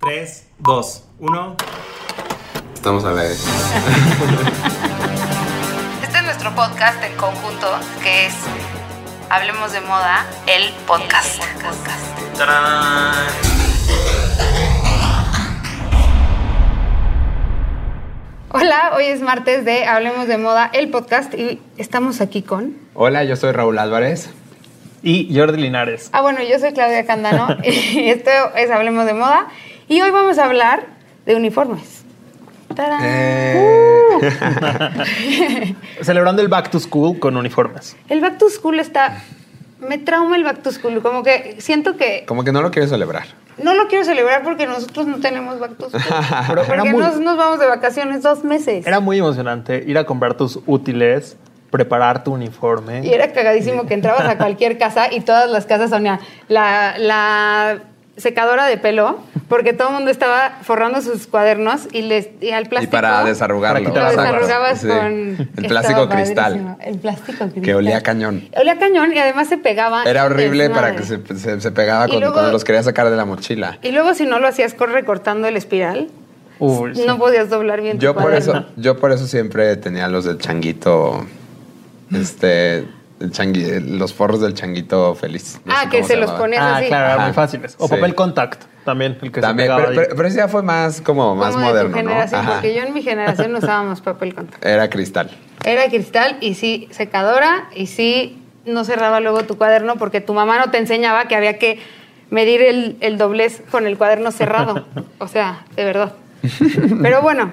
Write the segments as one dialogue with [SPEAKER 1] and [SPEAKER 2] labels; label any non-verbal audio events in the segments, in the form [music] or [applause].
[SPEAKER 1] 3, 2, 1.
[SPEAKER 2] Estamos al aire.
[SPEAKER 3] Este es nuestro podcast en conjunto, que es Hablemos de Moda, el podcast. Hola, hoy es martes de Hablemos de Moda, el podcast, y estamos aquí con...
[SPEAKER 2] Hola, yo soy Raúl Álvarez.
[SPEAKER 1] Y Jordi Linares.
[SPEAKER 3] Ah, bueno, yo soy Claudia Candano, y esto es Hablemos de Moda, y hoy vamos a hablar de uniformes. ¡Tarán! Uh,
[SPEAKER 2] Eh,
[SPEAKER 4] Celebrando el back to school con uniformes.
[SPEAKER 3] El back to school está... Me trauma el back to school, como que siento que
[SPEAKER 2] como que no lo quiero celebrar.
[SPEAKER 3] no lo quiero celebrar porque nosotros no tenemos back to school.
[SPEAKER 4] Pero era
[SPEAKER 3] porque
[SPEAKER 4] muy-
[SPEAKER 3] nos, nos vamos de vacaciones dos meses.
[SPEAKER 4] Era muy emocionante ir a comprar tus útiles, preparar tu uniforme.
[SPEAKER 3] Y era cagadísimo que entrabas a cualquier casa y todas las casas sonían la, la secadora de pelo, porque todo el mundo estaba forrando sus cuadernos y, les, y al
[SPEAKER 2] Y
[SPEAKER 3] plástico.
[SPEAKER 2] para desarrugarlo.
[SPEAKER 4] Para
[SPEAKER 3] Lo
[SPEAKER 4] quitar las
[SPEAKER 3] desarrugabas
[SPEAKER 4] arrugas.
[SPEAKER 2] Sí.
[SPEAKER 3] con.
[SPEAKER 2] El plástico
[SPEAKER 3] estaba
[SPEAKER 2] cristal.
[SPEAKER 3] padrísimo, El plástico cristal.
[SPEAKER 2] Que olía cañón.
[SPEAKER 3] Olía cañón y además se pegaba.
[SPEAKER 2] Era horrible
[SPEAKER 3] desmadre.
[SPEAKER 2] para que se, se- se pegaba
[SPEAKER 3] Y
[SPEAKER 2] con-
[SPEAKER 3] luego-
[SPEAKER 2] cuando los quería sacar de la mochila.
[SPEAKER 3] Y luego, si no lo hacías con recortando el espiral,
[SPEAKER 4] Uy, sí.
[SPEAKER 3] no podías doblar bien. tu
[SPEAKER 2] Yo por
[SPEAKER 3] cuaderno.
[SPEAKER 2] eso, yo por eso siempre tenía los del changuito, este, el changui- los forros del changuito feliz. No
[SPEAKER 3] Ah,
[SPEAKER 2] sé
[SPEAKER 3] que
[SPEAKER 2] cómo
[SPEAKER 3] se los
[SPEAKER 2] llamaba.
[SPEAKER 3] ponías
[SPEAKER 4] Ah,
[SPEAKER 3] así.
[SPEAKER 4] claro, eran
[SPEAKER 2] Ajá.
[SPEAKER 4] muy fáciles. O
[SPEAKER 2] Sí.
[SPEAKER 4] papel contact, también, el que
[SPEAKER 2] También,
[SPEAKER 4] se pegaba
[SPEAKER 2] pero,
[SPEAKER 4] ahí.
[SPEAKER 2] pero- pero ese ya fue más como más
[SPEAKER 3] Como de tu
[SPEAKER 2] moderno, ¿no?
[SPEAKER 3] generación,
[SPEAKER 2] Ajá.
[SPEAKER 3] Porque yo en mi generación no usábamos papel contacto.
[SPEAKER 2] Era cristal.
[SPEAKER 3] Era cristal y sí secadora y sí no cerraba luego tu cuaderno porque tu mamá no te enseñaba que había que medir el, el doblez con el cuaderno cerrado. O sea, de verdad. Pero bueno,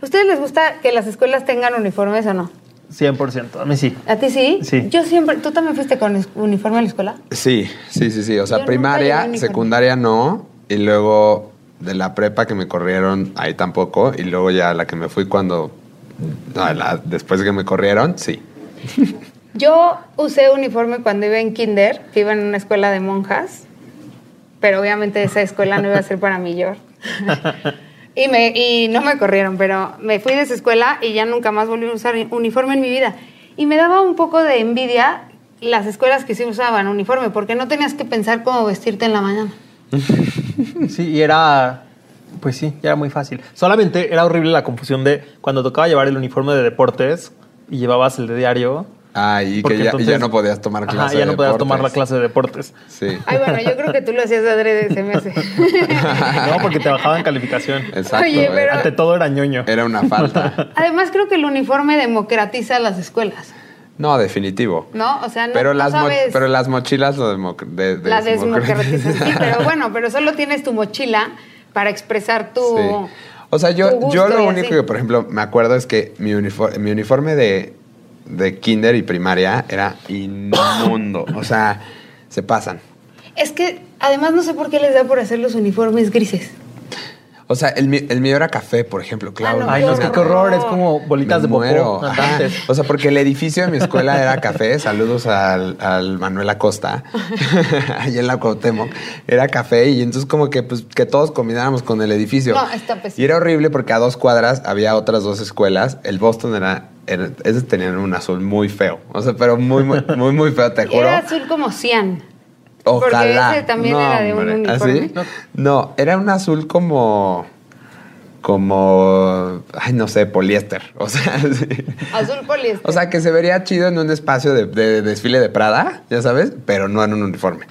[SPEAKER 3] ¿a ustedes les gusta que las escuelas tengan uniformes o no?
[SPEAKER 4] 100%, a mí sí.
[SPEAKER 3] ¿A ti sí?
[SPEAKER 4] Sí.
[SPEAKER 3] Yo siempre, ¿tú también fuiste con es- uniforme a la escuela?
[SPEAKER 2] Sí, sí, sí, sí. O
[SPEAKER 3] Yo
[SPEAKER 2] sea,
[SPEAKER 3] nunca llevé
[SPEAKER 2] primaria,
[SPEAKER 3] uniforme.
[SPEAKER 2] secundaria no. Y luego de la prepa que me corrieron, ahí tampoco. Y luego ya la que me fui cuando. no, la- después de que me corrieron, sí.
[SPEAKER 3] Yo usé uniforme cuando iba en kinder, que iba en una escuela de monjas, pero obviamente esa escuela no iba a ser para
[SPEAKER 2] [laughs]
[SPEAKER 3] mí, yo. Y, me, y no me corrieron, pero me fui de esa escuela y ya nunca más volví a usar uniforme en mi vida. Y me daba un poco de envidia las escuelas que sí usaban uniforme, porque no tenías que pensar cómo vestirte en la mañana.
[SPEAKER 4] Sí, y era. Pues sí, era muy fácil. Solamente era horrible la confusión de cuando tocaba llevar el uniforme de deportes y llevabas el de diario.
[SPEAKER 2] Ah, y que
[SPEAKER 4] porque
[SPEAKER 2] ya, y ya
[SPEAKER 4] entonces-
[SPEAKER 2] no podías tomar
[SPEAKER 4] Ajá,
[SPEAKER 2] clase.
[SPEAKER 4] ya
[SPEAKER 2] de
[SPEAKER 4] no podías
[SPEAKER 2] deportes.
[SPEAKER 4] tomar la clase de deportes.
[SPEAKER 2] Sí,
[SPEAKER 3] Ay, bueno, yo creo que tú lo hacías de adrede
[SPEAKER 2] [laughs]
[SPEAKER 3] ese mes.
[SPEAKER 4] no, porque te bajaban calificación.
[SPEAKER 2] exacto.
[SPEAKER 3] [laughs] Oye,
[SPEAKER 2] era-
[SPEAKER 3] pero-
[SPEAKER 4] Ante todo era ñoño.
[SPEAKER 2] Era una
[SPEAKER 4] [laughs]
[SPEAKER 2] falta.
[SPEAKER 3] Además, creo que el uniforme democratiza las escuelas,
[SPEAKER 2] No, definitivo.
[SPEAKER 3] ¿no? O sea, no,
[SPEAKER 2] pero,
[SPEAKER 3] no
[SPEAKER 2] las mo-
[SPEAKER 3] sabes...
[SPEAKER 2] pero las mochilas lo democ- de, de-
[SPEAKER 3] La desmocratización. Sí,
[SPEAKER 2] [laughs]
[SPEAKER 3] pero bueno, pero solo tienes tu mochila para expresar tu.
[SPEAKER 2] Sí. O sea,
[SPEAKER 3] tu
[SPEAKER 2] yo,
[SPEAKER 3] gusto
[SPEAKER 2] yo lo
[SPEAKER 3] y
[SPEAKER 2] único
[SPEAKER 3] así.
[SPEAKER 2] que, por ejemplo, me acuerdo es que mi, unifor- mi uniforme de, de kinder y primaria era inmundo. o sea, se pasan.
[SPEAKER 3] Es que además no sé por qué les da por hacer los uniformes grises.
[SPEAKER 2] O sea, el, mi- el mío era café, por ejemplo, Claudio.
[SPEAKER 3] Ah, no,
[SPEAKER 4] Ay, no, es que qué horror, es como bolitas de popó
[SPEAKER 2] muero. Ajá.
[SPEAKER 4] andantes.
[SPEAKER 2] O sea, porque el edificio de mi escuela era café. Saludos al, al Manuel Acosta, [laughs] allá en la Cuauhtémoc. Era café y entonces como que, pues, que todos combináramos con el edificio.
[SPEAKER 3] No, está pésimo.
[SPEAKER 2] Y era horrible porque a dos cuadras había otras dos escuelas. El Boston era... era- esos tenían un azul muy feo. O sea, pero muy, muy, muy, muy feo,
[SPEAKER 3] [laughs]
[SPEAKER 2] te juro.
[SPEAKER 3] Era azul como cian. porque
[SPEAKER 2] Ojalá.
[SPEAKER 3] ese también era de un
[SPEAKER 2] hombre. ¿Ah, sí?
[SPEAKER 3] uniforme.
[SPEAKER 2] No, era un azul como. Como. Ay, no sé, poliéster. O sea, [laughs] sí.
[SPEAKER 3] Azul poliéster.
[SPEAKER 2] O sea, que se vería chido en un espacio de, de desfile de Prada, ya sabes, pero no en un uniforme.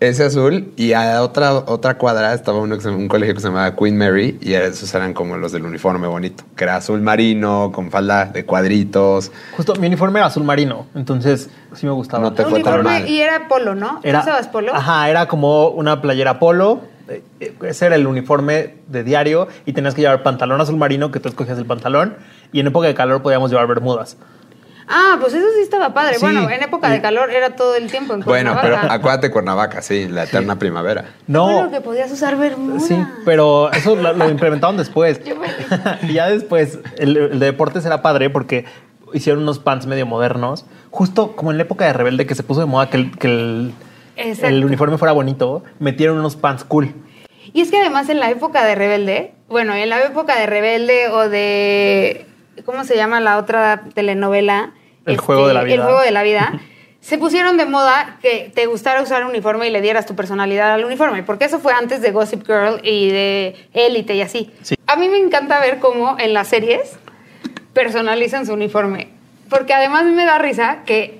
[SPEAKER 2] Ese azul y a otra, otra cuadra estaba uno que se- un colegio que se llamaba Queen Mary y esos eran como los del uniforme bonito, que era azul marino, con falda de cuadritos.
[SPEAKER 4] Justo mi uniforme era azul marino, entonces sí me gustaba.
[SPEAKER 2] No te
[SPEAKER 3] Un
[SPEAKER 2] fue tan
[SPEAKER 3] uniforme
[SPEAKER 2] mal.
[SPEAKER 3] y era polo, ¿no? ¿Tú
[SPEAKER 4] Era-
[SPEAKER 3] usabas polo?
[SPEAKER 4] Ajá, era como una playera polo. eh, eh, Ese era el uniforme de diario y tenías que llevar pantalón azul marino, que tú escogías el pantalón. Y en época de calor podíamos llevar bermudas.
[SPEAKER 3] Ah, pues eso sí estaba padre.
[SPEAKER 4] Sí.
[SPEAKER 3] Bueno, en época de
[SPEAKER 4] Y-
[SPEAKER 3] calor era todo el tiempo en
[SPEAKER 2] Bueno, pero
[SPEAKER 3] Cuernavaca.
[SPEAKER 2] acuérdate Cuernavaca, sí, la eterna primavera.
[SPEAKER 4] No,
[SPEAKER 3] Bueno, que podías usar bermuda.
[SPEAKER 4] sí, pero eso lo, lo
[SPEAKER 3] [laughs]
[SPEAKER 4] implementaron después.
[SPEAKER 3] Yo me-
[SPEAKER 4] [laughs] y ya después, el, el de deportes era padre porque hicieron unos pants medio modernos. Justo como en la época de Rebelde que se puso de moda que el, que el,
[SPEAKER 3] Exacto.
[SPEAKER 4] el uniforme fuera bonito, metieron unos pants cool.
[SPEAKER 3] Y es que además en la época de Rebelde, bueno, en la época de Rebelde o de. ¿Cómo se llama la otra telenovela?
[SPEAKER 4] El Juego de la Vida. [laughs]
[SPEAKER 3] El juego de la vida. se pusieron de moda que te gustara usar un uniforme y le dieras tu personalidad al uniforme, porque eso fue antes de Gossip Girl y de Élite y así.
[SPEAKER 4] Sí.
[SPEAKER 3] A mí me encanta ver cómo en las series personalizan su uniforme, porque además me da risa que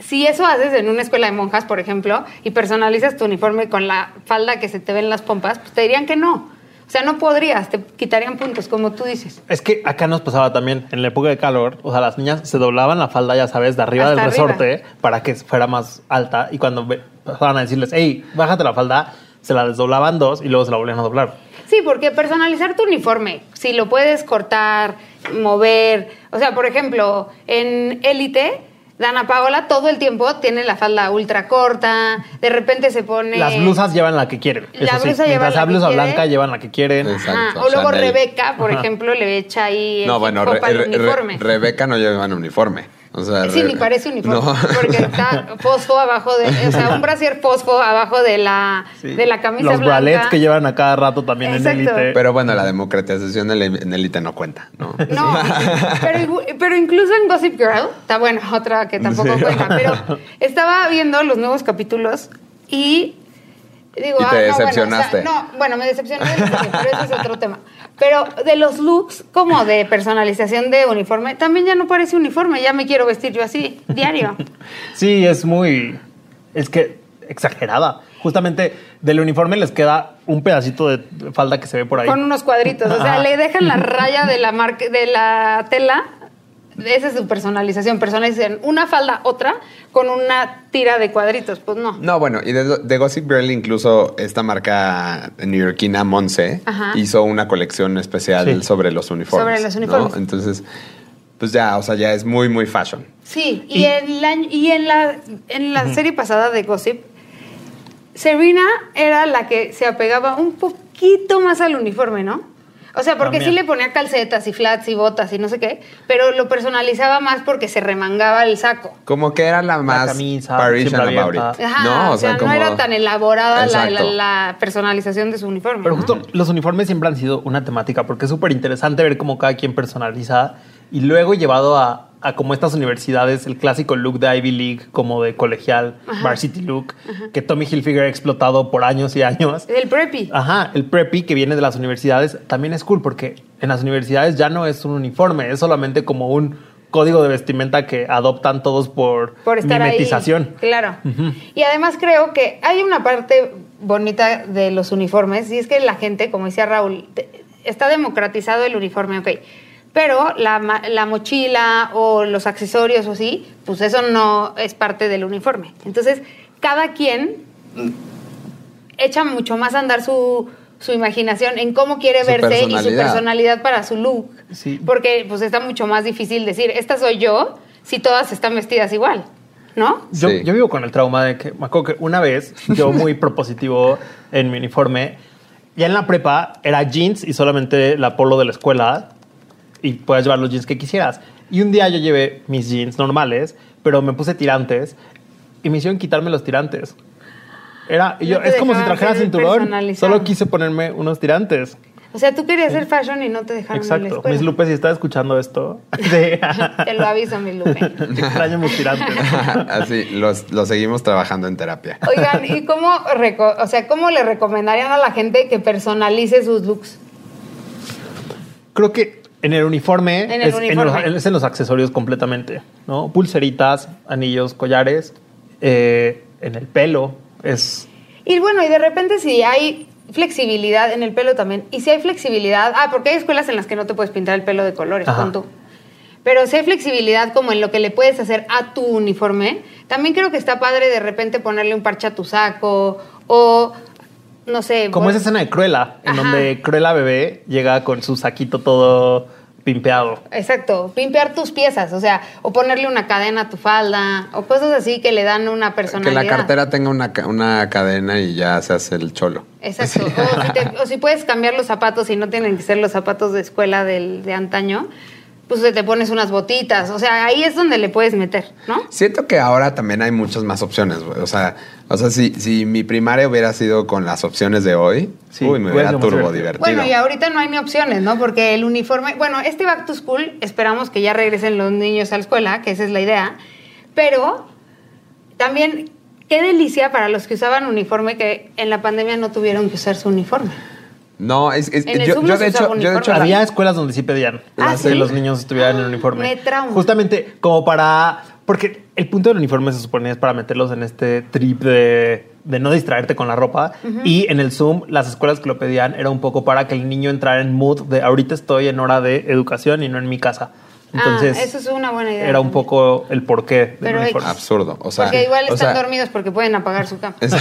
[SPEAKER 3] si eso haces en una escuela de monjas, por ejemplo, y personalizas tu uniforme con la falda que se te ven las pompas, pues te dirían que no. O sea, no podrías, te quitarían puntos, como tú dices.
[SPEAKER 4] Es que acá nos pasaba también, en la época de calor, o sea, las niñas se doblaban la falda, ya sabes, de arriba
[SPEAKER 3] Hasta
[SPEAKER 4] del
[SPEAKER 3] arriba.
[SPEAKER 4] resorte para que fuera más alta y cuando ve- pasaban a decirles, hey, bájate la falda, se la desdoblaban dos y luego se la volvían a doblar.
[SPEAKER 3] Sí, porque personalizar tu uniforme, si lo puedes cortar, mover, o sea, por ejemplo, en Élite, Dana Paola todo el tiempo tiene la falda ultra corta, de repente se pone...
[SPEAKER 4] Las blusas llevan la que quieren.
[SPEAKER 3] Eh, La
[SPEAKER 4] eso sí.
[SPEAKER 3] blusa lleva
[SPEAKER 4] Mientras
[SPEAKER 3] la
[SPEAKER 4] la
[SPEAKER 3] que
[SPEAKER 4] blusa
[SPEAKER 3] quiere.
[SPEAKER 4] blanca llevan la que quieren.
[SPEAKER 2] Es-
[SPEAKER 3] Ajá,
[SPEAKER 2] Exacto,
[SPEAKER 3] O luego
[SPEAKER 2] Chanel.
[SPEAKER 3] Rebeca, por ejemplo, le echa ahí... el
[SPEAKER 2] No, bueno,
[SPEAKER 3] hip hop
[SPEAKER 2] Re-
[SPEAKER 3] al
[SPEAKER 2] Re- Re-
[SPEAKER 3] uniforme.
[SPEAKER 2] Rebeca no lleva un uniforme. O sea,
[SPEAKER 3] Sí,
[SPEAKER 2] Re-
[SPEAKER 3] ni parece uniforme,
[SPEAKER 2] No.
[SPEAKER 3] porque está fosfo abajo de, o sea, un brasier fosfo abajo de la,
[SPEAKER 4] Sí.
[SPEAKER 3] de la camisa
[SPEAKER 4] Los
[SPEAKER 3] blanca.
[SPEAKER 4] bralets que llevan a cada rato también
[SPEAKER 3] Exacto.
[SPEAKER 4] en élite.
[SPEAKER 2] [laughs] Pero bueno, la democratización en el- en élite no cuenta, ¿no?
[SPEAKER 3] No,
[SPEAKER 2] [laughs]
[SPEAKER 3] pero, igu- pero incluso en Gossip Girl, está bueno, otra que tampoco
[SPEAKER 2] Sí.
[SPEAKER 3] cuenta, pero estaba viendo los nuevos capítulos y digo,
[SPEAKER 2] Y te
[SPEAKER 3] ah, no, bueno, o sea,
[SPEAKER 2] decepcionaste.
[SPEAKER 3] no, bueno, me decepcioné, del diseño, pero ese es otro tema. Pero de los looks, como de personalización de uniforme, también ya no parece uniforme, ya me quiero vestir yo así, diario.
[SPEAKER 4] Sí, es muy. Es que exagerada. Justamente del uniforme les queda un pedacito de falda que se ve por ahí.
[SPEAKER 3] Con unos cuadritos. O sea,
[SPEAKER 4] Ajá.
[SPEAKER 3] le dejan la raya de la, marca- de la tela. Esa es su personalización. Personalizan una falda, otra, con una tira de cuadritos. Pues no.
[SPEAKER 2] No, bueno, y de, de Gossip Girl incluso esta marca neoyorquina Monse
[SPEAKER 3] Ajá.
[SPEAKER 2] hizo una colección especial
[SPEAKER 4] Sí.
[SPEAKER 2] sobre los uniformes.
[SPEAKER 3] Sobre los
[SPEAKER 2] ¿no?
[SPEAKER 3] uniformes.
[SPEAKER 2] Entonces, pues ya, o sea, ya es muy, muy fashion.
[SPEAKER 3] Sí, y, en, la, y en la, en la serie pasada de Gossip, Serena era la que se apegaba un poquito más al uniforme, ¿no? O sea, porque sí
[SPEAKER 4] También.
[SPEAKER 3] le ponía calcetas y flats y botas y no sé qué, pero lo personalizaba más porque se remangaba el saco.
[SPEAKER 2] Como que era la más
[SPEAKER 4] camisa
[SPEAKER 2] Parisian
[SPEAKER 4] siempre
[SPEAKER 2] about
[SPEAKER 4] abierta.
[SPEAKER 2] it.
[SPEAKER 3] Ajá,
[SPEAKER 2] no, o sea, como...
[SPEAKER 3] no era tan elaborada la, la-
[SPEAKER 2] Exacto.
[SPEAKER 3] la personalización de su uniforme.
[SPEAKER 4] Pero
[SPEAKER 3] ¿no?
[SPEAKER 4] justo los uniformes siempre han sido una temática porque es súper interesante ver cómo cada quien personaliza y luego llevado a, a como estas universidades, el clásico look de Ivy League, como de colegial, varsity look, que Tommy Hilfiger ha explotado por años y años.
[SPEAKER 3] El preppy.
[SPEAKER 4] Ajá, el preppy que viene de las universidades también es cool porque en las universidades ya no es un uniforme, es solamente como un código de vestimenta que adoptan todos por,
[SPEAKER 3] por estar
[SPEAKER 4] mimetización.
[SPEAKER 3] ahí. Claro. Y además creo que hay una parte bonita de los uniformes y es que la gente, como decía Raúl, te- está democratizado el uniforme, ok. Pero la, ma- la mochila o los accesorios o así, pues eso no es parte del uniforme. Entonces, cada quien mm, echa mucho más a andar su, su imaginación en cómo quiere
[SPEAKER 2] Su
[SPEAKER 3] verse y su
[SPEAKER 2] personalidad.
[SPEAKER 3] personalidad para su look.
[SPEAKER 4] Sí.
[SPEAKER 3] Porque pues está mucho más difícil decir, esta soy yo, si todas están vestidas igual, ¿no?
[SPEAKER 4] Yo,
[SPEAKER 2] Sí.
[SPEAKER 4] yo vivo con el trauma de que me acuerdo que una vez, yo muy propositivo en mi uniforme, ya en la prepa era jeans y solamente la polo de la escuela y podías llevar los jeans que quisieras. Y un día yo llevé mis jeans normales, pero me puse tirantes y me hicieron quitarme los tirantes. Era, y
[SPEAKER 3] No
[SPEAKER 4] yo,
[SPEAKER 3] te
[SPEAKER 4] es como si
[SPEAKER 3] dejaban
[SPEAKER 4] trajera
[SPEAKER 3] ser
[SPEAKER 4] cinturón.
[SPEAKER 3] personalizado.
[SPEAKER 4] Solo quise ponerme unos tirantes.
[SPEAKER 3] O sea, tú querías ser fashion y no te dejaron en la
[SPEAKER 4] Exacto.
[SPEAKER 3] escuela.
[SPEAKER 4] Mis Lupe, si estás escuchando esto, [laughs] te,
[SPEAKER 3] [laughs] Te lo aviso, mi Lupe.
[SPEAKER 4] [laughs] extraño mis tirantes.
[SPEAKER 2] [laughs] Así, los, los seguimos trabajando en terapia.
[SPEAKER 3] Oigan, ¿y cómo, reco- o sea, cómo le recomendarían a la gente que personalice sus looks?
[SPEAKER 4] Creo que en el uniforme,
[SPEAKER 3] En el
[SPEAKER 4] es,
[SPEAKER 3] uniforme.
[SPEAKER 4] los, es en los accesorios completamente, ¿no? Pulseritas, anillos, collares, eh, en el pelo. Es
[SPEAKER 3] Y bueno, y de repente si hay flexibilidad en el pelo también, y si hay flexibilidad, ah, porque hay escuelas en las que no te puedes pintar el pelo de colores,
[SPEAKER 4] Ajá.
[SPEAKER 3] pon tú. Pero si hay flexibilidad como en lo que le puedes hacer a tu uniforme, también creo que está padre de repente ponerle un parche a tu saco o, no sé,
[SPEAKER 4] como
[SPEAKER 3] vol-
[SPEAKER 4] esa escena de Cruella, en
[SPEAKER 3] Ajá.
[SPEAKER 4] donde Cruella bebé llega con su saquito todo pimpeado.
[SPEAKER 3] Exacto, pimpear tus piezas, o sea, o ponerle una cadena a tu falda, o cosas así que le dan una
[SPEAKER 2] Que
[SPEAKER 3] personalidad.
[SPEAKER 2] la cartera tenga una, ca- una cadena y ya se hace el cholo.
[SPEAKER 3] Exacto. O si, te- o si puedes cambiar los zapatos y no tienen que ser los zapatos de escuela del, de antaño, pues te pones unas botitas. O sea, ahí es donde le puedes meter, ¿no?
[SPEAKER 2] Siento que ahora también hay muchas más opciones, güey. O sea, o sea si, si mi primaria hubiera sido con las opciones de hoy,
[SPEAKER 4] Sí,
[SPEAKER 2] uy, me
[SPEAKER 4] hubiera
[SPEAKER 2] hubiera
[SPEAKER 4] sido más
[SPEAKER 2] turbo
[SPEAKER 4] divertido.
[SPEAKER 2] divertido.
[SPEAKER 3] Bueno, y ahorita no hay ni opciones, ¿no? Porque el uniforme, bueno, este back to school, esperamos que ya regresen los niños a la escuela, que esa es la idea, pero También, qué delicia para los que usaban uniforme que en la pandemia no tuvieron que usar su uniforme.
[SPEAKER 2] No, es, es-
[SPEAKER 3] En el
[SPEAKER 2] yo,
[SPEAKER 3] Zoom
[SPEAKER 2] yo
[SPEAKER 3] no se
[SPEAKER 2] de
[SPEAKER 3] usaba
[SPEAKER 2] hecho, yo de hecho
[SPEAKER 3] uniforme.
[SPEAKER 2] la-
[SPEAKER 4] Había escuelas donde sí pedían
[SPEAKER 3] Ah,
[SPEAKER 4] que
[SPEAKER 3] ¿sí? Ah,
[SPEAKER 4] los niños estuvieran en uniforme.
[SPEAKER 3] Me trauma.
[SPEAKER 4] Justamente como para. Porque el punto del uniforme se supone es para meterlos en este trip de, de no distraerte con la ropa. Y en el Zoom, las escuelas que lo pedían era un poco para que el niño entrara en mood de ahorita estoy en hora de educación y no en mi casa. Entonces,
[SPEAKER 3] ah, eso es una buena idea.
[SPEAKER 4] era un
[SPEAKER 3] también.
[SPEAKER 4] poco el porqué del
[SPEAKER 3] Pero
[SPEAKER 4] uniforme.
[SPEAKER 3] ellos-
[SPEAKER 2] absurdo. O sea,
[SPEAKER 3] porque igual
[SPEAKER 2] o
[SPEAKER 3] están
[SPEAKER 2] sea,
[SPEAKER 3] dormidos porque pueden apagar su cama.
[SPEAKER 2] [laughs] Es-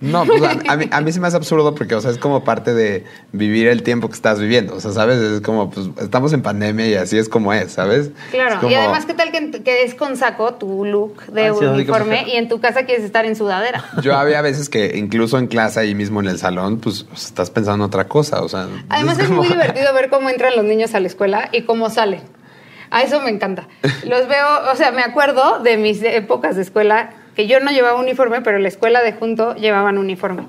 [SPEAKER 2] no, pues a, a mí, a mí se me hace absurdo porque, o sea, es como parte de vivir el tiempo que estás viviendo. O sea, ¿sabes? Es como, pues, estamos en pandemia y así es como es, ¿sabes?
[SPEAKER 3] Claro,
[SPEAKER 2] Es como-
[SPEAKER 3] y además, ¿qué tal que, que es con saco tu look de
[SPEAKER 4] Ay, sí, no, sí, qué
[SPEAKER 3] uniforme
[SPEAKER 4] flojera.
[SPEAKER 3] y en tu casa quieres estar en sudadera?
[SPEAKER 2] Yo había veces que incluso en clase, ahí mismo en el salón, pues, estás pensando otra cosa, o sea...
[SPEAKER 3] Además es
[SPEAKER 2] como-
[SPEAKER 3] muy divertido ver cómo entran los niños a la escuela y cómo salen. A eso me encanta. Los veo, o sea, me acuerdo de mis épocas de escuela que yo no llevaba uniforme, pero la escuela de junto llevaban uniforme.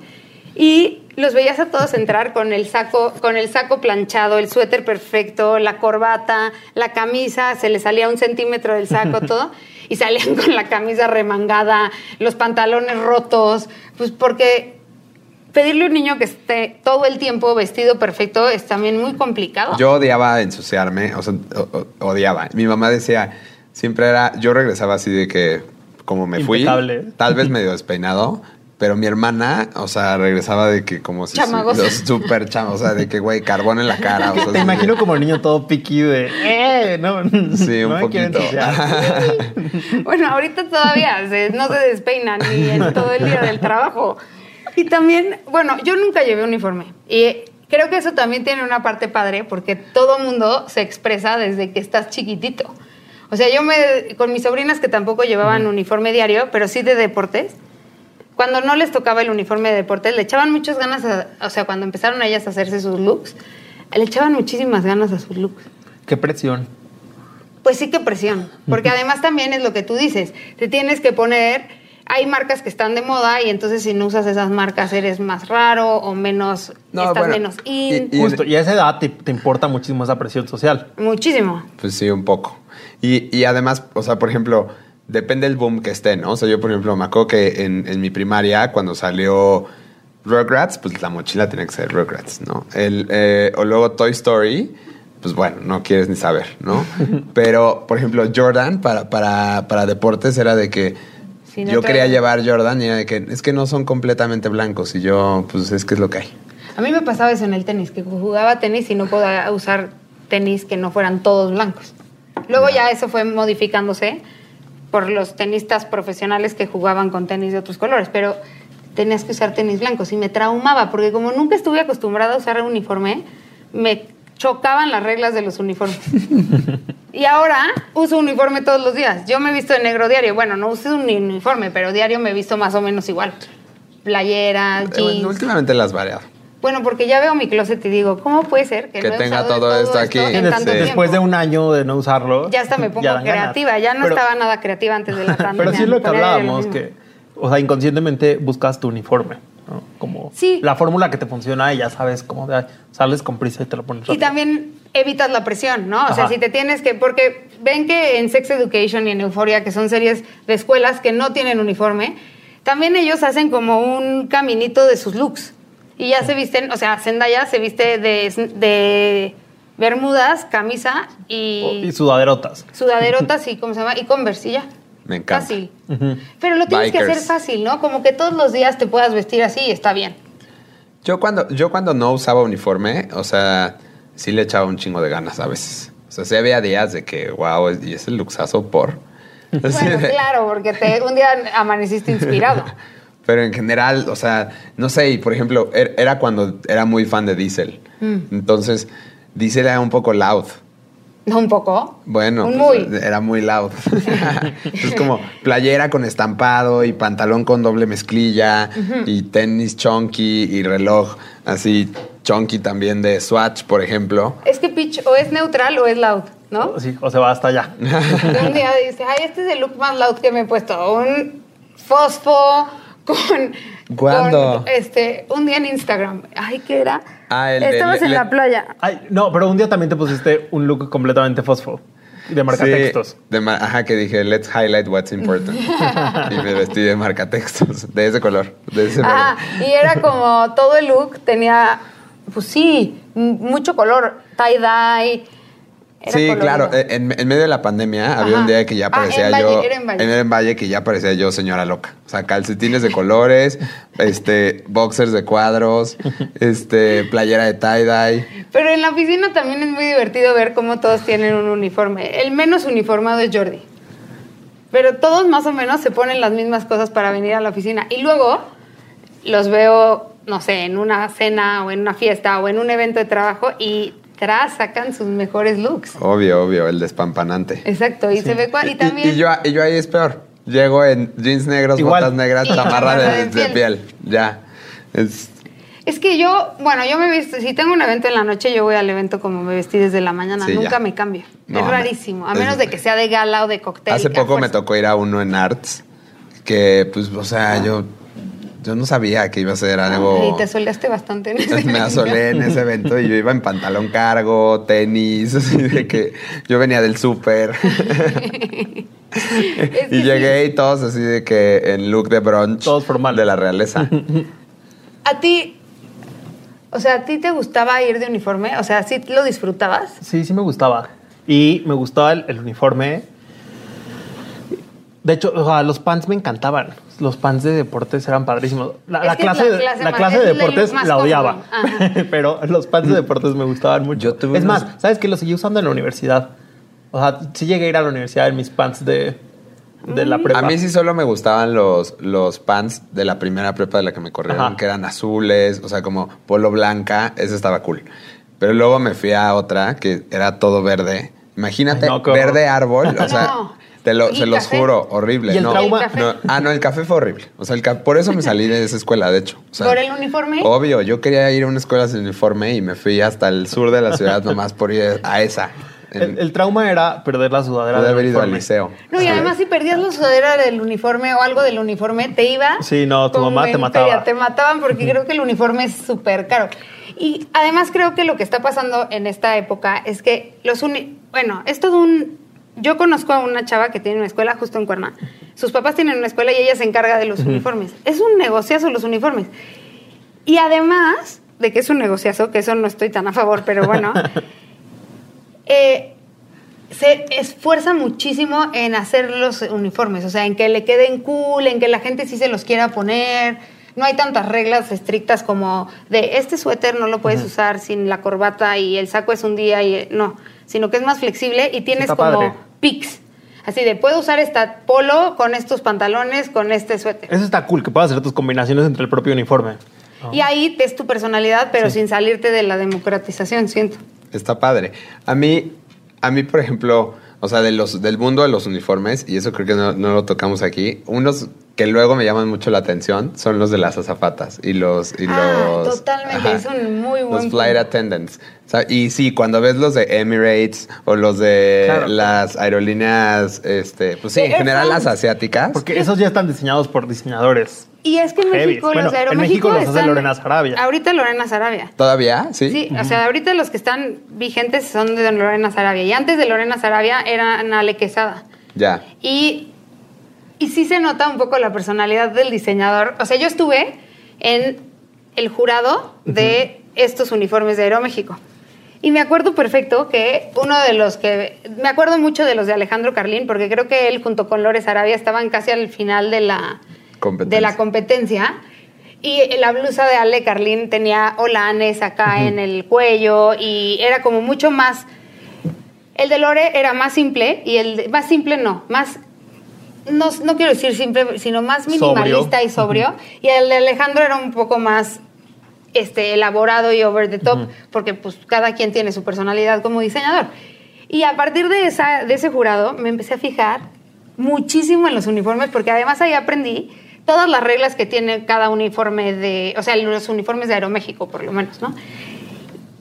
[SPEAKER 3] Y los veías a todos entrar con el saco, con el saco planchado, el suéter perfecto, la corbata, la camisa, se le salía un centímetro del saco, todo, y salían con la camisa remangada, los pantalones rotos, pues porque Pedirle a un niño que esté todo el tiempo vestido perfecto es también muy complicado.
[SPEAKER 2] Yo odiaba ensuciarme, o sea, o- o- odiaba. Mi mamá decía, siempre era, yo regresaba así de que, como me
[SPEAKER 4] Impecable.
[SPEAKER 2] fui, tal vez medio despeinado, pero mi hermana, o sea, regresaba de que como si...
[SPEAKER 3] Chamagosa.
[SPEAKER 2] los Súper chama, o sea, de que, güey, carbón en la cara.
[SPEAKER 4] [laughs]
[SPEAKER 2] o sea,
[SPEAKER 4] Te
[SPEAKER 2] sí.
[SPEAKER 4] imagino como el niño todo piqui de, eh, no,
[SPEAKER 2] Sí, un
[SPEAKER 4] no me quiero
[SPEAKER 2] poquito. [laughs]
[SPEAKER 4] ensuciar".
[SPEAKER 3] [laughs] Bueno, ahorita todavía se- no se despeinan ni en todo el día del trabajo. Y también, bueno, yo nunca llevé uniforme. Y creo que eso también tiene una parte padre porque todo mundo se expresa desde que estás chiquitito. O sea, yo me, con mis sobrinas que tampoco llevaban uniforme diario, pero sí de deportes, cuando no les tocaba el uniforme de deportes, le echaban muchas ganas, a- o sea, cuando empezaron ellas a hacerse sus looks, le echaban muchísimas ganas a sus looks.
[SPEAKER 4] Qué presión.
[SPEAKER 3] Pues sí que presión, porque además también es lo que tú dices, te tienes que poner, hay marcas que están de moda y entonces si no usas esas marcas eres más raro o menos,
[SPEAKER 2] No,
[SPEAKER 3] estás
[SPEAKER 2] bueno,
[SPEAKER 3] menos in,
[SPEAKER 2] y-
[SPEAKER 4] Justo, y a esa edad te, te importa muchísimo esa presión social.
[SPEAKER 3] muchísimo.
[SPEAKER 2] Pues sí, un poco. Y, y además, o sea, por ejemplo, depende del boom que esté, ¿no? O sea, yo, por ejemplo, me acuerdo que en, en mi primaria, cuando salió Rugrats, pues la mochila tenía que ser Rugrats, ¿no? El, eh, o luego Toy Story, pues bueno, no quieres ni saber,
[SPEAKER 3] [laughs]
[SPEAKER 2] ¿no? Pero, por ejemplo, Jordan para, para, para deportes era de que
[SPEAKER 3] Sí, no
[SPEAKER 2] yo
[SPEAKER 3] te-
[SPEAKER 2] quería llevar Jordan y era de que es que no son completamente blancos y yo, pues es que es lo que hay.
[SPEAKER 3] A mí me pasaba eso en el tenis, que jugaba tenis y no podía usar tenis que no fueran todos blancos. Luego ya eso fue modificándose por los tenistas profesionales que jugaban con tenis de otros colores, pero tenías que usar tenis blancos y me traumaba porque como nunca estuve acostumbrada a usar un uniforme, me chocaban las reglas de los uniformes. Y ahora uso uniforme todos los días. Yo me he visto de negro diario. Bueno, no uso un uniforme, pero diario me he visto más o menos igual. Playera,
[SPEAKER 2] Eh, bueno,
[SPEAKER 3] jeans.
[SPEAKER 2] últimamente las variado.
[SPEAKER 3] Bueno, porque ya veo mi closet y digo, ¿cómo puede ser que,
[SPEAKER 2] Que
[SPEAKER 3] no he
[SPEAKER 2] tenga
[SPEAKER 3] usado
[SPEAKER 2] todo esto aquí?
[SPEAKER 3] en
[SPEAKER 2] Sí,
[SPEAKER 3] tanto
[SPEAKER 2] sí.
[SPEAKER 4] Después de
[SPEAKER 3] tiempo?
[SPEAKER 4] un año de no usarlo.
[SPEAKER 3] Ya hasta me pongo
[SPEAKER 4] [laughs] ya dan ganas.
[SPEAKER 3] creativa, ya no
[SPEAKER 4] Pero-
[SPEAKER 3] estaba nada creativa antes
[SPEAKER 4] [laughs]
[SPEAKER 3] de la pandemia.
[SPEAKER 4] Pero sí es lo
[SPEAKER 3] me
[SPEAKER 4] que
[SPEAKER 3] ponía a ver
[SPEAKER 4] hablábamos,
[SPEAKER 3] lo mismo.
[SPEAKER 4] que, o sea, inconscientemente buscas tu uniforme, ¿no? Como
[SPEAKER 3] Sí.
[SPEAKER 4] la fórmula que te funciona y ya sabes cómo de- sales con prisa y te lo pones
[SPEAKER 3] Y
[SPEAKER 4] rápido.
[SPEAKER 3] también evitas la presión, ¿no? O sea,
[SPEAKER 4] Ajá.
[SPEAKER 3] si te tienes que... Porque ven que en Sex Education y en Euphoria, que son series de escuelas que no tienen uniforme, también ellos hacen como un caminito de sus looks. Y ya se visten, o sea, Zendaya se viste de, de bermudas, camisa
[SPEAKER 4] Oh, Y sudaderotas.
[SPEAKER 3] sudaderotas y cómo se llama y Converse y ya.
[SPEAKER 2] Me encanta.
[SPEAKER 3] Fácil.
[SPEAKER 4] Ujú.
[SPEAKER 3] Pero lo tienes que
[SPEAKER 2] Bikers.
[SPEAKER 3] hacer fácil, ¿no? Como que todos los días te puedas vestir así y está bien.
[SPEAKER 2] Yo cuando, yo cuando no usaba uniforme, o sea, sí le echaba un chingo de ganas a veces. O sea, sí había días de que, wow, y ese luxazo por. [laughs] Así
[SPEAKER 3] Bueno,
[SPEAKER 2] de-
[SPEAKER 3] claro, porque te, un día amaneciste inspirado.
[SPEAKER 2] Pero en general, o sea, no sé, y por ejemplo, er- era cuando era muy fan de Diesel.
[SPEAKER 3] Mm.
[SPEAKER 2] Entonces, Diesel era un poco loud.
[SPEAKER 3] ¿No un poco?
[SPEAKER 2] Bueno,
[SPEAKER 3] Un
[SPEAKER 2] pues,
[SPEAKER 3] muy.
[SPEAKER 2] era muy loud.
[SPEAKER 3] [laughs]
[SPEAKER 2] es como playera con estampado y pantalón con doble mezclilla y tenis chunky y reloj así chunky también de Swatch, por ejemplo.
[SPEAKER 3] Es que pitch o es neutral o es loud,
[SPEAKER 2] [laughs]
[SPEAKER 3] ¿no?
[SPEAKER 4] Sí, o se va hasta allá.
[SPEAKER 3] un día dices, ay, este es el look más loud que me he puesto. Un fosfo con...
[SPEAKER 2] ¿Cuándo?
[SPEAKER 3] con, este, un día en Instagram. Ay, ¿qué era?
[SPEAKER 2] Ah, el de-
[SPEAKER 3] Estabas
[SPEAKER 2] le-
[SPEAKER 3] en
[SPEAKER 2] le-
[SPEAKER 3] la playa.
[SPEAKER 4] Ay, no, pero un día también te pusiste un look completamente fosfo. de marcatextos.
[SPEAKER 2] Sí, de mar- Ajá, que dije, let's highlight what's important. y me vestí de marcatextos, de ese color, de ese
[SPEAKER 3] Ah,
[SPEAKER 2] verde.
[SPEAKER 3] y era como todo el look tenía, pues sí, m- mucho color, tie-dye. era
[SPEAKER 2] Sí,
[SPEAKER 3] colorido.
[SPEAKER 2] claro. eh. e-, En, en medio de la pandemia había
[SPEAKER 3] Ajá.
[SPEAKER 2] un día que ya
[SPEAKER 3] Ah,
[SPEAKER 2] parecía
[SPEAKER 3] en Valle,
[SPEAKER 2] yo.
[SPEAKER 3] era en Valle.
[SPEAKER 2] en Valle que ya parecía yo señora loca. O sea, calcetines de
[SPEAKER 3] [laughs]
[SPEAKER 2] colores, este, boxers de cuadros, este, playera de tie-dye.
[SPEAKER 3] Pero en la oficina también es muy divertido ver cómo todos tienen un uniforme. El menos uniformado es Jordi. Pero todos más o menos se ponen las mismas cosas para venir a la oficina. Y luego los veo, no sé, en una cena o en una fiesta o en un evento de trabajo y tras sacan sus mejores looks.
[SPEAKER 2] Obvio, obio, el despampanante.
[SPEAKER 3] Exacto, y se ve cua- y también...
[SPEAKER 2] y yo, y yo ahí es peor. Llego en jeans negros,
[SPEAKER 4] Igual.
[SPEAKER 2] botas negras,
[SPEAKER 3] Y
[SPEAKER 2] chamarra
[SPEAKER 3] chamarra
[SPEAKER 2] de,
[SPEAKER 3] de
[SPEAKER 2] de
[SPEAKER 3] piel.
[SPEAKER 2] piel. Ya. Es,
[SPEAKER 3] Es que yo, bueno, yo me visto, si tengo un evento en la noche, yo voy al evento como me vestí desde la mañana,
[SPEAKER 2] Sí,
[SPEAKER 3] nunca
[SPEAKER 2] ya.
[SPEAKER 3] me cambio.
[SPEAKER 2] No,
[SPEAKER 3] es
[SPEAKER 2] me-
[SPEAKER 3] rarísimo, a
[SPEAKER 2] es-
[SPEAKER 3] menos de que sea de gala o de cóctel.
[SPEAKER 2] Hace
[SPEAKER 3] que a
[SPEAKER 2] poco me
[SPEAKER 3] fuerza-
[SPEAKER 2] tocó ir a uno en Arts, que pues, o sea, yo, yo no sabía que iba a ser algo...
[SPEAKER 3] Y Ah. te soleaste bastante en
[SPEAKER 2] [laughs]
[SPEAKER 3] ese
[SPEAKER 2] me
[SPEAKER 3] [laughs] evento.
[SPEAKER 2] asolé en ese evento y yo iba en pantalón cargo, tenis, [laughs] así de que yo venía del
[SPEAKER 3] [laughs]
[SPEAKER 2] súper.
[SPEAKER 3] Es que
[SPEAKER 2] y llegué y todos así de que en look de brunch.
[SPEAKER 4] Todos formales.
[SPEAKER 2] De la
[SPEAKER 4] [laughs]
[SPEAKER 2] realeza.
[SPEAKER 3] sí. A ti, o sea, ¿a ti te gustaba ir de uniforme? O sea, ¿sí lo disfrutabas?
[SPEAKER 4] Sí, sí me gustaba. Y me gustaba el, el uniforme. De hecho, o sea, los pants me encantaban. Los pants de deportes eran padrísimos. La,
[SPEAKER 3] Es
[SPEAKER 4] la
[SPEAKER 3] que
[SPEAKER 4] clase,
[SPEAKER 3] la
[SPEAKER 4] de-
[SPEAKER 3] clase
[SPEAKER 4] la
[SPEAKER 3] más-
[SPEAKER 4] clase
[SPEAKER 3] es
[SPEAKER 4] de
[SPEAKER 3] el look
[SPEAKER 4] deportes
[SPEAKER 3] más
[SPEAKER 4] la
[SPEAKER 3] común.
[SPEAKER 4] odiaba.
[SPEAKER 3] Ajá.
[SPEAKER 4] [laughs] Pero los pants de deportes me gustaban mucho.
[SPEAKER 2] Yo tuve
[SPEAKER 4] es
[SPEAKER 2] unos-
[SPEAKER 4] más, ¿sabes qué? Los seguí usando en la universidad. O sea, sí llegué a ir a la universidad en mis pants de, de
[SPEAKER 3] Mm.
[SPEAKER 4] la prepa.
[SPEAKER 2] A mí sí solo me gustaban los, los pants de la primera prepa de la que me corrieron,
[SPEAKER 4] Ajá.
[SPEAKER 2] que eran azules, o sea, como polo blanca, ese estaba cool. Pero luego me fui a otra que era todo verde. Imagínate,
[SPEAKER 4] Ay, no, qué horror.
[SPEAKER 2] verde árbol, o sea,
[SPEAKER 3] [laughs] No.
[SPEAKER 2] te lo-
[SPEAKER 3] Y
[SPEAKER 2] se los
[SPEAKER 3] café.
[SPEAKER 2] juro, horrible.
[SPEAKER 4] Y el
[SPEAKER 2] no,
[SPEAKER 4] trauma-
[SPEAKER 3] El café.
[SPEAKER 2] no. ah, no, el café fue horrible. O sea, el ca- por eso me salí de esa escuela, de hecho. O sea,
[SPEAKER 3] ¿Por el uniforme?
[SPEAKER 2] Obvio, yo quería ir a una escuela sin uniforme y me fui hasta el sur de la ciudad nomás por ir a esa.
[SPEAKER 4] el, el trauma era perder la sudadera
[SPEAKER 2] Pude
[SPEAKER 4] del
[SPEAKER 2] haber ido al
[SPEAKER 4] uniforme.
[SPEAKER 2] liceo.
[SPEAKER 3] No, y
[SPEAKER 2] Sí.
[SPEAKER 3] además si perdías la sudadera del uniforme o algo del uniforme, te iba.
[SPEAKER 4] Sí, no, tu
[SPEAKER 3] como
[SPEAKER 4] mamá te
[SPEAKER 3] en
[SPEAKER 4] mataba.
[SPEAKER 3] feria, Te mataban porque creo que el uniforme es súper caro. Y además creo que lo que está pasando en esta época es que los uni- bueno, es todo un yo conozco a una chava que tiene una escuela justo en Cuerna. Sus papás tienen una escuela y ella se encarga de los uniformes. Es un negociazo los uniformes. Y además de que es un negociazo, que eso no estoy tan a favor, pero bueno,
[SPEAKER 4] [laughs]
[SPEAKER 3] eh, se esfuerza muchísimo en hacer los uniformes, o sea, en que le queden cool, en que la gente sí se los quiera poner. No hay tantas reglas estrictas como de este suéter no lo puedes usar sin la corbata y el saco es un día y eh, no, sino que es más flexible y tienes
[SPEAKER 4] Está
[SPEAKER 3] como
[SPEAKER 4] padre.
[SPEAKER 3] pics. Así de, puedo usar esta polo con estos pantalones, con este suéter.
[SPEAKER 4] Eso está cool, que puedas hacer tus combinaciones entre el propio uniforme. Oh.
[SPEAKER 3] Y ahí es tu personalidad, pero sin salirte de la democratización, siento.
[SPEAKER 2] Está padre. A mí, a mí, por ejemplo, o sea, de los, del mundo de los uniformes, y eso creo que no, no lo tocamos aquí, unos que luego me llaman mucho la atención son los de las azafatas y los... Y
[SPEAKER 3] Ah,
[SPEAKER 2] los
[SPEAKER 3] totalmente, es un muy
[SPEAKER 2] Los
[SPEAKER 3] buen
[SPEAKER 2] flight
[SPEAKER 3] punto.
[SPEAKER 2] attendants. O sea, y sí, cuando ves los de Emirates o los de
[SPEAKER 4] Claro.
[SPEAKER 2] las aerolíneas, este, pues sí,
[SPEAKER 3] De
[SPEAKER 2] en
[SPEAKER 3] Air
[SPEAKER 2] general las
[SPEAKER 3] France.
[SPEAKER 2] asiáticas.
[SPEAKER 4] Porque esos ya están diseñados por diseñadores.
[SPEAKER 3] Y es que en
[SPEAKER 4] Heavy.
[SPEAKER 3] México
[SPEAKER 4] Bueno,
[SPEAKER 3] los
[SPEAKER 4] en
[SPEAKER 3] aeroméxico
[SPEAKER 4] México los hace
[SPEAKER 3] están-
[SPEAKER 4] Lorena Sarabia.
[SPEAKER 3] Ahorita Lorena Sarabia.
[SPEAKER 2] ¿Todavía? Sí.
[SPEAKER 3] Sí, o sea, ahorita los que están vigentes son de Lorena Sarabia. Y antes de Lorena Sarabia eran Ale Quesada.
[SPEAKER 2] Ya.
[SPEAKER 3] Y, y sí se nota un poco la personalidad del diseñador. O sea, yo estuve en el jurado de estos uniformes de Aeroméxico. Y me acuerdo perfecto que uno de los que... Me acuerdo mucho de los de Alejandro Carlín, porque creo que él junto con Lores Arabia estaban casi al final de la
[SPEAKER 2] Competencia.
[SPEAKER 3] de la competencia. Y la blusa de Ale Carlín tenía holanes acá en el cuello y era como mucho más... El de Lore era más simple y el de- más simple no, más no, no quiero decir simple, sino más minimalista
[SPEAKER 4] Sobrio.
[SPEAKER 3] y sobrio. Y el de Alejandro era un poco más este, elaborado y over the top, porque pues cada quien tiene su personalidad como diseñador. Y a partir de, esa, de ese jurado me empecé a fijar muchísimo en los uniformes, porque además ahí aprendí todas las reglas que tiene cada uniforme de, o sea, los uniformes de Aeroméxico por lo menos, ¿no?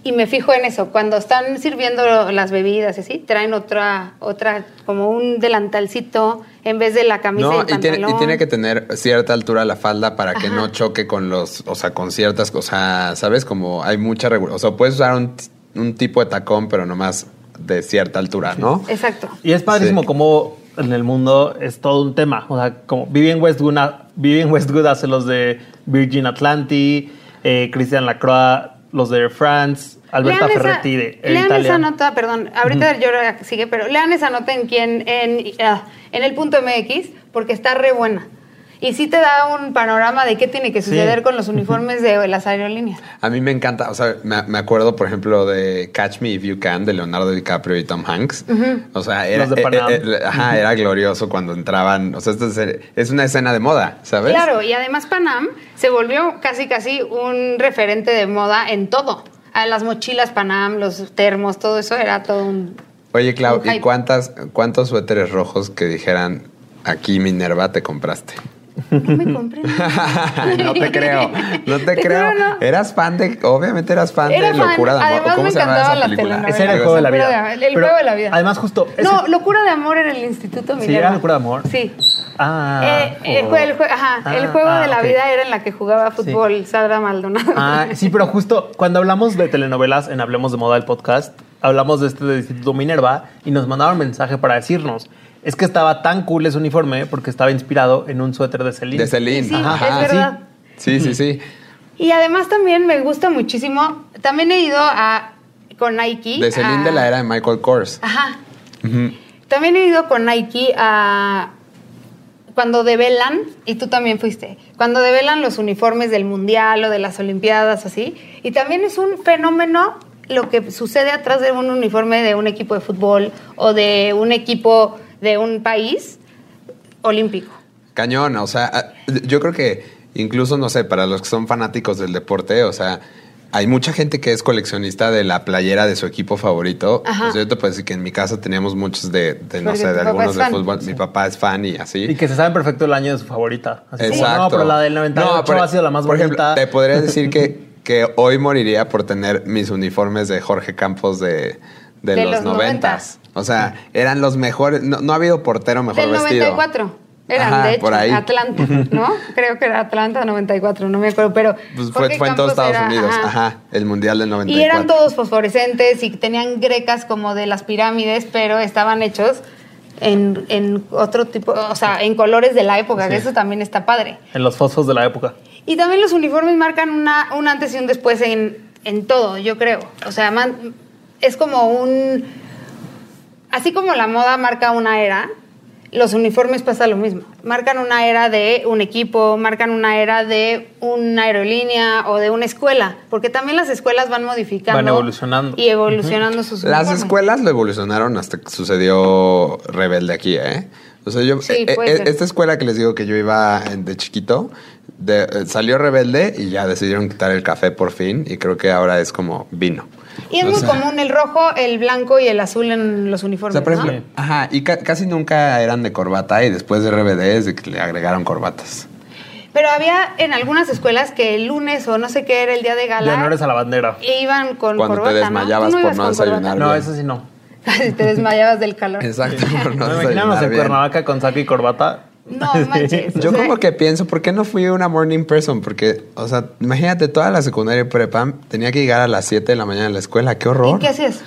[SPEAKER 3] Y me fijo en eso, cuando están sirviendo las bebidas y así, traen otra, otra, como un delantalcito en vez de la camisa y
[SPEAKER 2] No,
[SPEAKER 3] el
[SPEAKER 2] y tiene, y
[SPEAKER 3] pantalón.
[SPEAKER 2] tiene que tener cierta altura la falda para que
[SPEAKER 3] Ajá.
[SPEAKER 2] no choque con los, o sea, con ciertas cosas, ¿sabes? Como hay mucha regulación. O sea, puedes usar un, t- un tipo de tacón, pero nomás de cierta altura, ¿no?
[SPEAKER 3] Exacto.
[SPEAKER 4] Y es padrísimo
[SPEAKER 2] Sí.
[SPEAKER 4] como en el mundo es todo un tema. O sea, como Vivian Westwood, Vivian Westwood hace los de Virgin Atlantic, eh, Christian Lacroix, los de Air France, Alberta
[SPEAKER 3] Lean esa-
[SPEAKER 4] Ferretti de Air
[SPEAKER 3] lean
[SPEAKER 4] Italia.
[SPEAKER 3] esa nota, perdón, ahorita yo la sigue, pero lean esa nota en quien, en, ah, en el punto MX, porque está re buena. Y sí te da un panorama de qué tiene que
[SPEAKER 4] Sí.
[SPEAKER 3] suceder con los uniformes de las aerolíneas.
[SPEAKER 2] A mí me encanta, o sea, me, me acuerdo, por ejemplo, de Catch Me If You Can de Leonardo DiCaprio y Tom Hanks. O sea, era,
[SPEAKER 4] Los de Panam.
[SPEAKER 2] eh, eh, ajá, era glorioso cuando entraban. O sea, esto es, es una escena de moda, ¿sabes?
[SPEAKER 3] Claro, y además Panam se volvió casi casi un referente de moda en todo. A las mochilas Panam, los termos, todo eso era todo un...
[SPEAKER 2] Oye, Clau,
[SPEAKER 3] Un
[SPEAKER 2] ¿y
[SPEAKER 3] hype.
[SPEAKER 2] cuántas, cuántos suéteres rojos que dijeran aquí Minerva te compraste?
[SPEAKER 3] No
[SPEAKER 4] [laughs]
[SPEAKER 3] me compré. nada.
[SPEAKER 2] [laughs] no te creo, no
[SPEAKER 3] [laughs]
[SPEAKER 2] te creo.
[SPEAKER 3] juro, no.
[SPEAKER 2] Eras fan de, obviamente eras fan
[SPEAKER 3] Era
[SPEAKER 2] de
[SPEAKER 3] fan.
[SPEAKER 2] Locura de Amor.
[SPEAKER 3] Además,
[SPEAKER 2] ¿O ¿Cómo
[SPEAKER 3] me
[SPEAKER 2] se llamaba
[SPEAKER 3] encantaban
[SPEAKER 2] esa
[SPEAKER 3] las
[SPEAKER 2] película?
[SPEAKER 3] telenovelas.
[SPEAKER 4] Ese era el juego de la
[SPEAKER 3] Locura
[SPEAKER 4] vida.
[SPEAKER 3] de Amor, el
[SPEAKER 4] Pero,
[SPEAKER 3] juego de la vida.
[SPEAKER 4] Además, justo. ese-
[SPEAKER 3] No, locura de amor era el Instituto
[SPEAKER 4] Sí,
[SPEAKER 3] Minerva.
[SPEAKER 4] era Locura de Amor.
[SPEAKER 3] Sí.
[SPEAKER 4] Ah,
[SPEAKER 3] Eh, eh, fue el, jue- ajá,
[SPEAKER 4] Ah,
[SPEAKER 3] el juego
[SPEAKER 4] ah,
[SPEAKER 3] de la
[SPEAKER 4] ok.
[SPEAKER 3] vida era en la que jugaba fútbol Sandra Maldonado.
[SPEAKER 4] Ah, sí, pero justo cuando hablamos de telenovelas en Hablemos de Moda, el podcast, hablamos de este del Instituto Minerva y nos mandaron mensaje para decirnos. Es que estaba tan cool ese uniforme porque estaba inspirado en un suéter de Celine.
[SPEAKER 2] De Celine.
[SPEAKER 3] Sí,
[SPEAKER 2] ajá.
[SPEAKER 3] es verdad.
[SPEAKER 2] Sí, sí, sí.
[SPEAKER 3] Y además también me gusta muchísimo. También he ido a con Nike.
[SPEAKER 2] De Celine
[SPEAKER 3] a-
[SPEAKER 2] de la era de Michael Kors.
[SPEAKER 3] Ajá.
[SPEAKER 2] Ujú.
[SPEAKER 3] También he ido con Nike a cuando develan, y tú también fuiste, cuando develan los uniformes del Mundial o de las Olimpiadas, así. Y también es un fenómeno lo que sucede atrás de un uniforme de un equipo de fútbol o de un equipo de un país olímpico.
[SPEAKER 2] Cañón, o sea, a- yo creo que incluso, no sé, para los que son fanáticos del deporte, o sea, hay mucha gente que es coleccionista de la playera de su equipo favorito.
[SPEAKER 3] Ajá.
[SPEAKER 2] O sea, yo te puedo decir que en mi casa teníamos muchos de, de, no
[SPEAKER 3] Porque
[SPEAKER 2] sé,
[SPEAKER 3] tu
[SPEAKER 2] de
[SPEAKER 3] papá
[SPEAKER 2] algunos
[SPEAKER 3] es
[SPEAKER 2] de
[SPEAKER 3] fan.
[SPEAKER 2] fútbol. Mi papá es fan y así.
[SPEAKER 4] Y que se saben perfecto el año de su favorita. Así como,
[SPEAKER 2] Exacto.
[SPEAKER 4] no, pero la del 98
[SPEAKER 2] No, por-
[SPEAKER 4] ha sido la más
[SPEAKER 2] por
[SPEAKER 4] bonita.
[SPEAKER 2] ejemplo, te podría decir que,
[SPEAKER 4] [laughs]
[SPEAKER 2] que hoy moriría por tener mis uniformes de Jorge Campos de, de
[SPEAKER 3] De
[SPEAKER 2] los
[SPEAKER 3] los
[SPEAKER 2] noventas. O sea, eran los mejores. No, no ha habido portero mejor
[SPEAKER 3] Del
[SPEAKER 2] vestido.
[SPEAKER 3] 94. Eran,
[SPEAKER 2] Ajá,
[SPEAKER 3] de hecho,
[SPEAKER 2] por ahí.
[SPEAKER 3] Atlanta,
[SPEAKER 2] [laughs]
[SPEAKER 3] ¿no? Creo que era Atlanta 94, no me acuerdo, pero...
[SPEAKER 2] Pues fue,
[SPEAKER 3] Jorge
[SPEAKER 2] fue en todos
[SPEAKER 3] Campos
[SPEAKER 2] Estados
[SPEAKER 3] era-
[SPEAKER 2] Unidos. Ajá. el Mundial del 94.
[SPEAKER 3] Y eran todos fosforescentes y tenían grecas como de las pirámides, pero estaban hechos en, en otro tipo, o sea, en colores de la época, que eso también está padre.
[SPEAKER 4] En los fosfos de la época.
[SPEAKER 3] Y también los uniformes marcan una, un antes y un después en, en todo, yo creo. O sea, man- es como un... Así como la moda marca una era, los uniformes pasa lo mismo. Marcan una era de un equipo, marcan una era de una aerolínea o de una escuela, porque también las escuelas van modificando.
[SPEAKER 4] Van evolucionando.
[SPEAKER 3] Y evolucionando sus
[SPEAKER 2] Las
[SPEAKER 3] uniformes.
[SPEAKER 2] escuelas lo evolucionaron hasta que sucedió Rebelde aquí, ¿eh? O sea, yo,
[SPEAKER 3] Sí,
[SPEAKER 2] eh,
[SPEAKER 3] puede
[SPEAKER 2] eh,
[SPEAKER 3] ser.
[SPEAKER 2] esta escuela que les digo que yo iba en- de chiquito, de- eh, salió Rebelde y ya decidieron quitar el café por fin y creo que ahora es como vino.
[SPEAKER 3] Y es
[SPEAKER 2] O
[SPEAKER 3] muy
[SPEAKER 2] sea,
[SPEAKER 3] común el rojo, el blanco y el azul en los
[SPEAKER 2] O
[SPEAKER 3] uniformes.
[SPEAKER 2] sea, por
[SPEAKER 3] ¿no?
[SPEAKER 2] ejemplo, ajá, y ca- casi nunca eran de corbata y después de RBD es de que le agregaron corbatas.
[SPEAKER 3] Pero había en algunas escuelas que el lunes o no sé qué era el día de gala.
[SPEAKER 4] De honores a la bandera.
[SPEAKER 3] E iban con
[SPEAKER 2] Cuando te
[SPEAKER 3] corbata,
[SPEAKER 2] desmayabas
[SPEAKER 3] ¿no?
[SPEAKER 2] por
[SPEAKER 3] Tú ibas
[SPEAKER 2] no
[SPEAKER 3] con [laughs]
[SPEAKER 2] desayunar.
[SPEAKER 4] No,
[SPEAKER 2] bien.
[SPEAKER 4] eso sí no.
[SPEAKER 3] corbata. te desmayabas del calor.
[SPEAKER 2] Exacto. por no
[SPEAKER 4] No, imaginamos
[SPEAKER 2] desayunar
[SPEAKER 4] en
[SPEAKER 2] bien.
[SPEAKER 4] Cuernavaca con saco y corbata.
[SPEAKER 3] No manches.
[SPEAKER 2] [laughs]
[SPEAKER 3] o
[SPEAKER 2] Yo
[SPEAKER 3] sea,
[SPEAKER 2] como que pienso, ¿por qué no fui una morning person? Porque, o sea, imagínate, toda la secundaria y prepa tenía que llegar a las 7 de la mañana a la escuela. ¡Qué horror!
[SPEAKER 3] ¿Y qué hacías?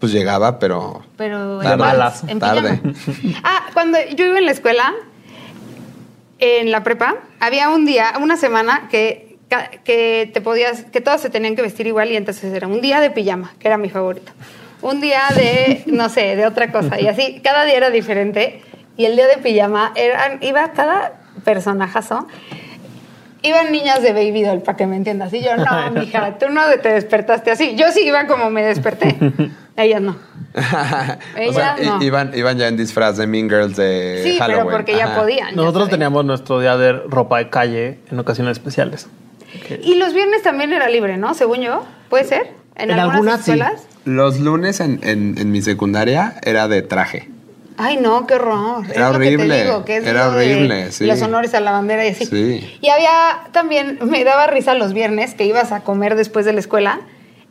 [SPEAKER 2] Pues llegaba,
[SPEAKER 3] [laughs]
[SPEAKER 2] pero...
[SPEAKER 3] Pero
[SPEAKER 4] De malas,
[SPEAKER 3] en
[SPEAKER 2] tarde.
[SPEAKER 3] pijama. Ah, cuando yo iba en la escuela, en la prepa, había un día, una semana que, ca- que te podías, que todos se tenían que vestir igual y entonces era un día de pijama, que era mi favorito. Un día de, no sé, de otra cosa. Y así, cada día era diferente. Y el día de pijama eran, iba cada personajazo. Iban niñas de Baby Doll, para que me entiendas. Y yo, no, mija, tú no te despertaste así. Yo sí iba como me desperté. Ellas no.
[SPEAKER 2] o sea,
[SPEAKER 3] Ellas no.
[SPEAKER 2] i- iban, iban ya en disfraz de Mean Girls de
[SPEAKER 3] Sí,
[SPEAKER 2] eh, Halloween.
[SPEAKER 3] pero porque ya
[SPEAKER 2] Ajá.
[SPEAKER 3] podían. Ah, ya
[SPEAKER 4] Nosotros
[SPEAKER 3] sabían.
[SPEAKER 4] teníamos nuestro día de ropa de calle en ocasiones especiales.
[SPEAKER 3] Y los viernes también era libre, ¿no? Según yo. ¿Puede ser? En,
[SPEAKER 4] En
[SPEAKER 3] algunas,
[SPEAKER 4] algunas sí.
[SPEAKER 3] escuelas.
[SPEAKER 2] Los lunes en, en- en mi secundaria era de traje.
[SPEAKER 3] Ay, no, qué horror.
[SPEAKER 2] Era
[SPEAKER 3] Es lo que te
[SPEAKER 2] horrible,
[SPEAKER 3] digo, que es
[SPEAKER 2] era
[SPEAKER 3] lo de
[SPEAKER 2] horrible, sí.
[SPEAKER 3] Los honores a la bandera y así.
[SPEAKER 2] Sí.
[SPEAKER 3] Y había también, me daba risa los viernes que ibas a comer después de la escuela.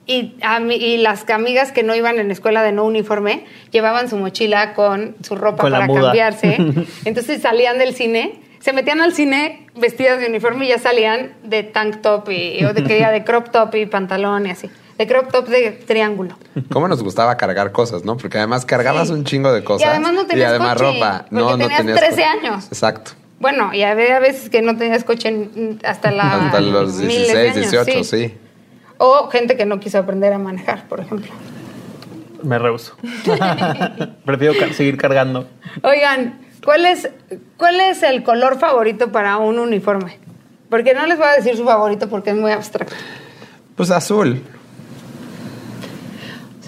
[SPEAKER 3] Y, a mí- y las amigas que no iban en la escuela de no uniforme llevaban su mochila con su ropa
[SPEAKER 4] Con la
[SPEAKER 3] para
[SPEAKER 4] muda. [laughs]
[SPEAKER 3] cambiarse. Entonces salían del cine, se metían al cine vestidas de uniforme y ya salían de tank top y, o de, que diga, de crop top y pantalón y así. de crop top de triángulo.
[SPEAKER 2] ¿Cómo nos gustaba cargar cosas, no? Porque además cargabas
[SPEAKER 3] Sí.
[SPEAKER 2] un chingo de cosas.
[SPEAKER 3] Y además no tenías
[SPEAKER 2] además
[SPEAKER 3] coche,
[SPEAKER 2] ropa.
[SPEAKER 3] porque
[SPEAKER 2] No, no
[SPEAKER 3] tenías
[SPEAKER 2] tenías
[SPEAKER 3] 13
[SPEAKER 2] coche.
[SPEAKER 3] años.
[SPEAKER 2] Exacto.
[SPEAKER 3] Bueno, y había veces que no tenías coche en- hasta la
[SPEAKER 2] Hasta los
[SPEAKER 3] miles de
[SPEAKER 2] 16,
[SPEAKER 3] años,
[SPEAKER 2] 18, sí.
[SPEAKER 3] O gente que no quiso aprender a manejar, por ejemplo.
[SPEAKER 4] Me rehuso. Prefiero ca- seguir cargando.
[SPEAKER 3] Oigan, ¿cuál es, ¿cuál es el color favorito para un uniforme? Porque no les voy a decir su favorito porque es muy abstracto.
[SPEAKER 2] Pues azul.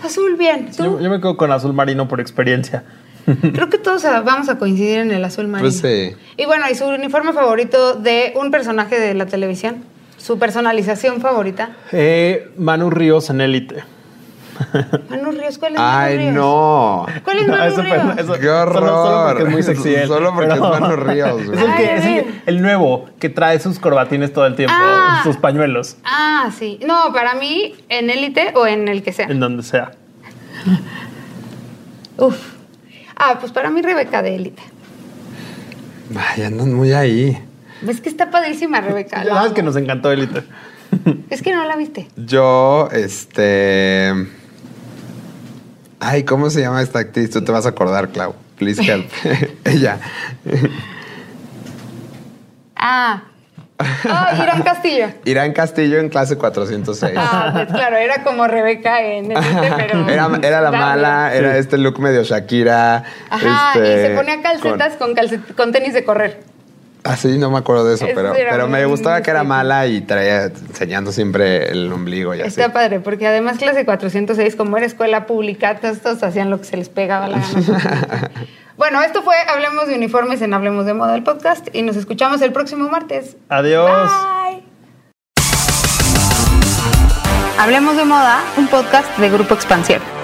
[SPEAKER 3] Azul, bien.
[SPEAKER 4] Yo,
[SPEAKER 3] ¿Tú?
[SPEAKER 4] yo me quedo con azul marino por experiencia.
[SPEAKER 3] Creo que todos ah, vamos a coincidir en el azul marino.
[SPEAKER 2] Pues sí.
[SPEAKER 3] Y bueno, ¿y su uniforme favorito de un personaje de la televisión? ¿Su personalización favorita?
[SPEAKER 4] Eh, Manu Ríos en élite.
[SPEAKER 3] Manu Ríos, ¿cuál es Manu
[SPEAKER 2] Ay,
[SPEAKER 3] Ríos?
[SPEAKER 2] no.
[SPEAKER 3] ¿Cuál es Manu
[SPEAKER 4] eso fue-
[SPEAKER 3] Ríos?
[SPEAKER 4] eso-
[SPEAKER 2] ¡Qué
[SPEAKER 4] solo- Solo
[SPEAKER 2] horror!
[SPEAKER 4] porque es muy sexy. él,
[SPEAKER 2] Solo porque
[SPEAKER 4] pero-
[SPEAKER 2] es Manu Ríos, güey.
[SPEAKER 4] Es el,
[SPEAKER 3] Ay,
[SPEAKER 4] que-
[SPEAKER 3] a
[SPEAKER 4] es el-
[SPEAKER 3] ver.
[SPEAKER 4] el nuevo que trae sus corbatines todo el tiempo,
[SPEAKER 3] Ah.
[SPEAKER 4] sus pañuelos,
[SPEAKER 3] Ah, sí. No, para mí, en élite o en el que sea.
[SPEAKER 4] en donde sea.
[SPEAKER 3] Uf. Ah, pues para mí Rebeca de élite.
[SPEAKER 2] Ay, andan muy ahí.
[SPEAKER 3] Es que está padrísima Rebeca.
[SPEAKER 4] La
[SPEAKER 3] La
[SPEAKER 4] verdad es que
[SPEAKER 3] amo.
[SPEAKER 4] nos encantó élite.
[SPEAKER 3] Es que no la viste.
[SPEAKER 2] Yo, este. Ay, ¿cómo se llama esta actriz? Tú te vas a acordar, Clau. Please help.
[SPEAKER 3] [laughs]
[SPEAKER 2] [laughs] Ella.
[SPEAKER 3] Ah. Oh, Irán Castillo.
[SPEAKER 2] Irán Castillo en clase 406.
[SPEAKER 3] Ah, pues claro, era como Rebeca en élite,
[SPEAKER 2] [laughs]
[SPEAKER 3] pero...
[SPEAKER 2] era, era la
[SPEAKER 3] Dame.
[SPEAKER 2] mala, era este look medio Shakira.
[SPEAKER 3] Ajá, y
[SPEAKER 2] este,
[SPEAKER 3] se ponía calcetas con, calcet- con tenis de correr.
[SPEAKER 2] Ah, sí, no me acuerdo de eso,
[SPEAKER 3] Eso
[SPEAKER 2] pero,
[SPEAKER 3] era
[SPEAKER 2] pero me
[SPEAKER 3] muy
[SPEAKER 2] gustaba que era
[SPEAKER 3] distinto.
[SPEAKER 2] mala y traía enseñando siempre el ombligo y así.
[SPEAKER 3] Está padre, porque además clase 406, como era escuela pública, todos estos hacían lo que se les pegaba la gana. bueno, esto fue Hablemos de Uniformes en Hablemos de Moda, el podcast, y nos escuchamos el próximo martes.
[SPEAKER 4] Adiós.
[SPEAKER 3] Bye. Hablemos de Moda, un podcast de Grupo Expansión.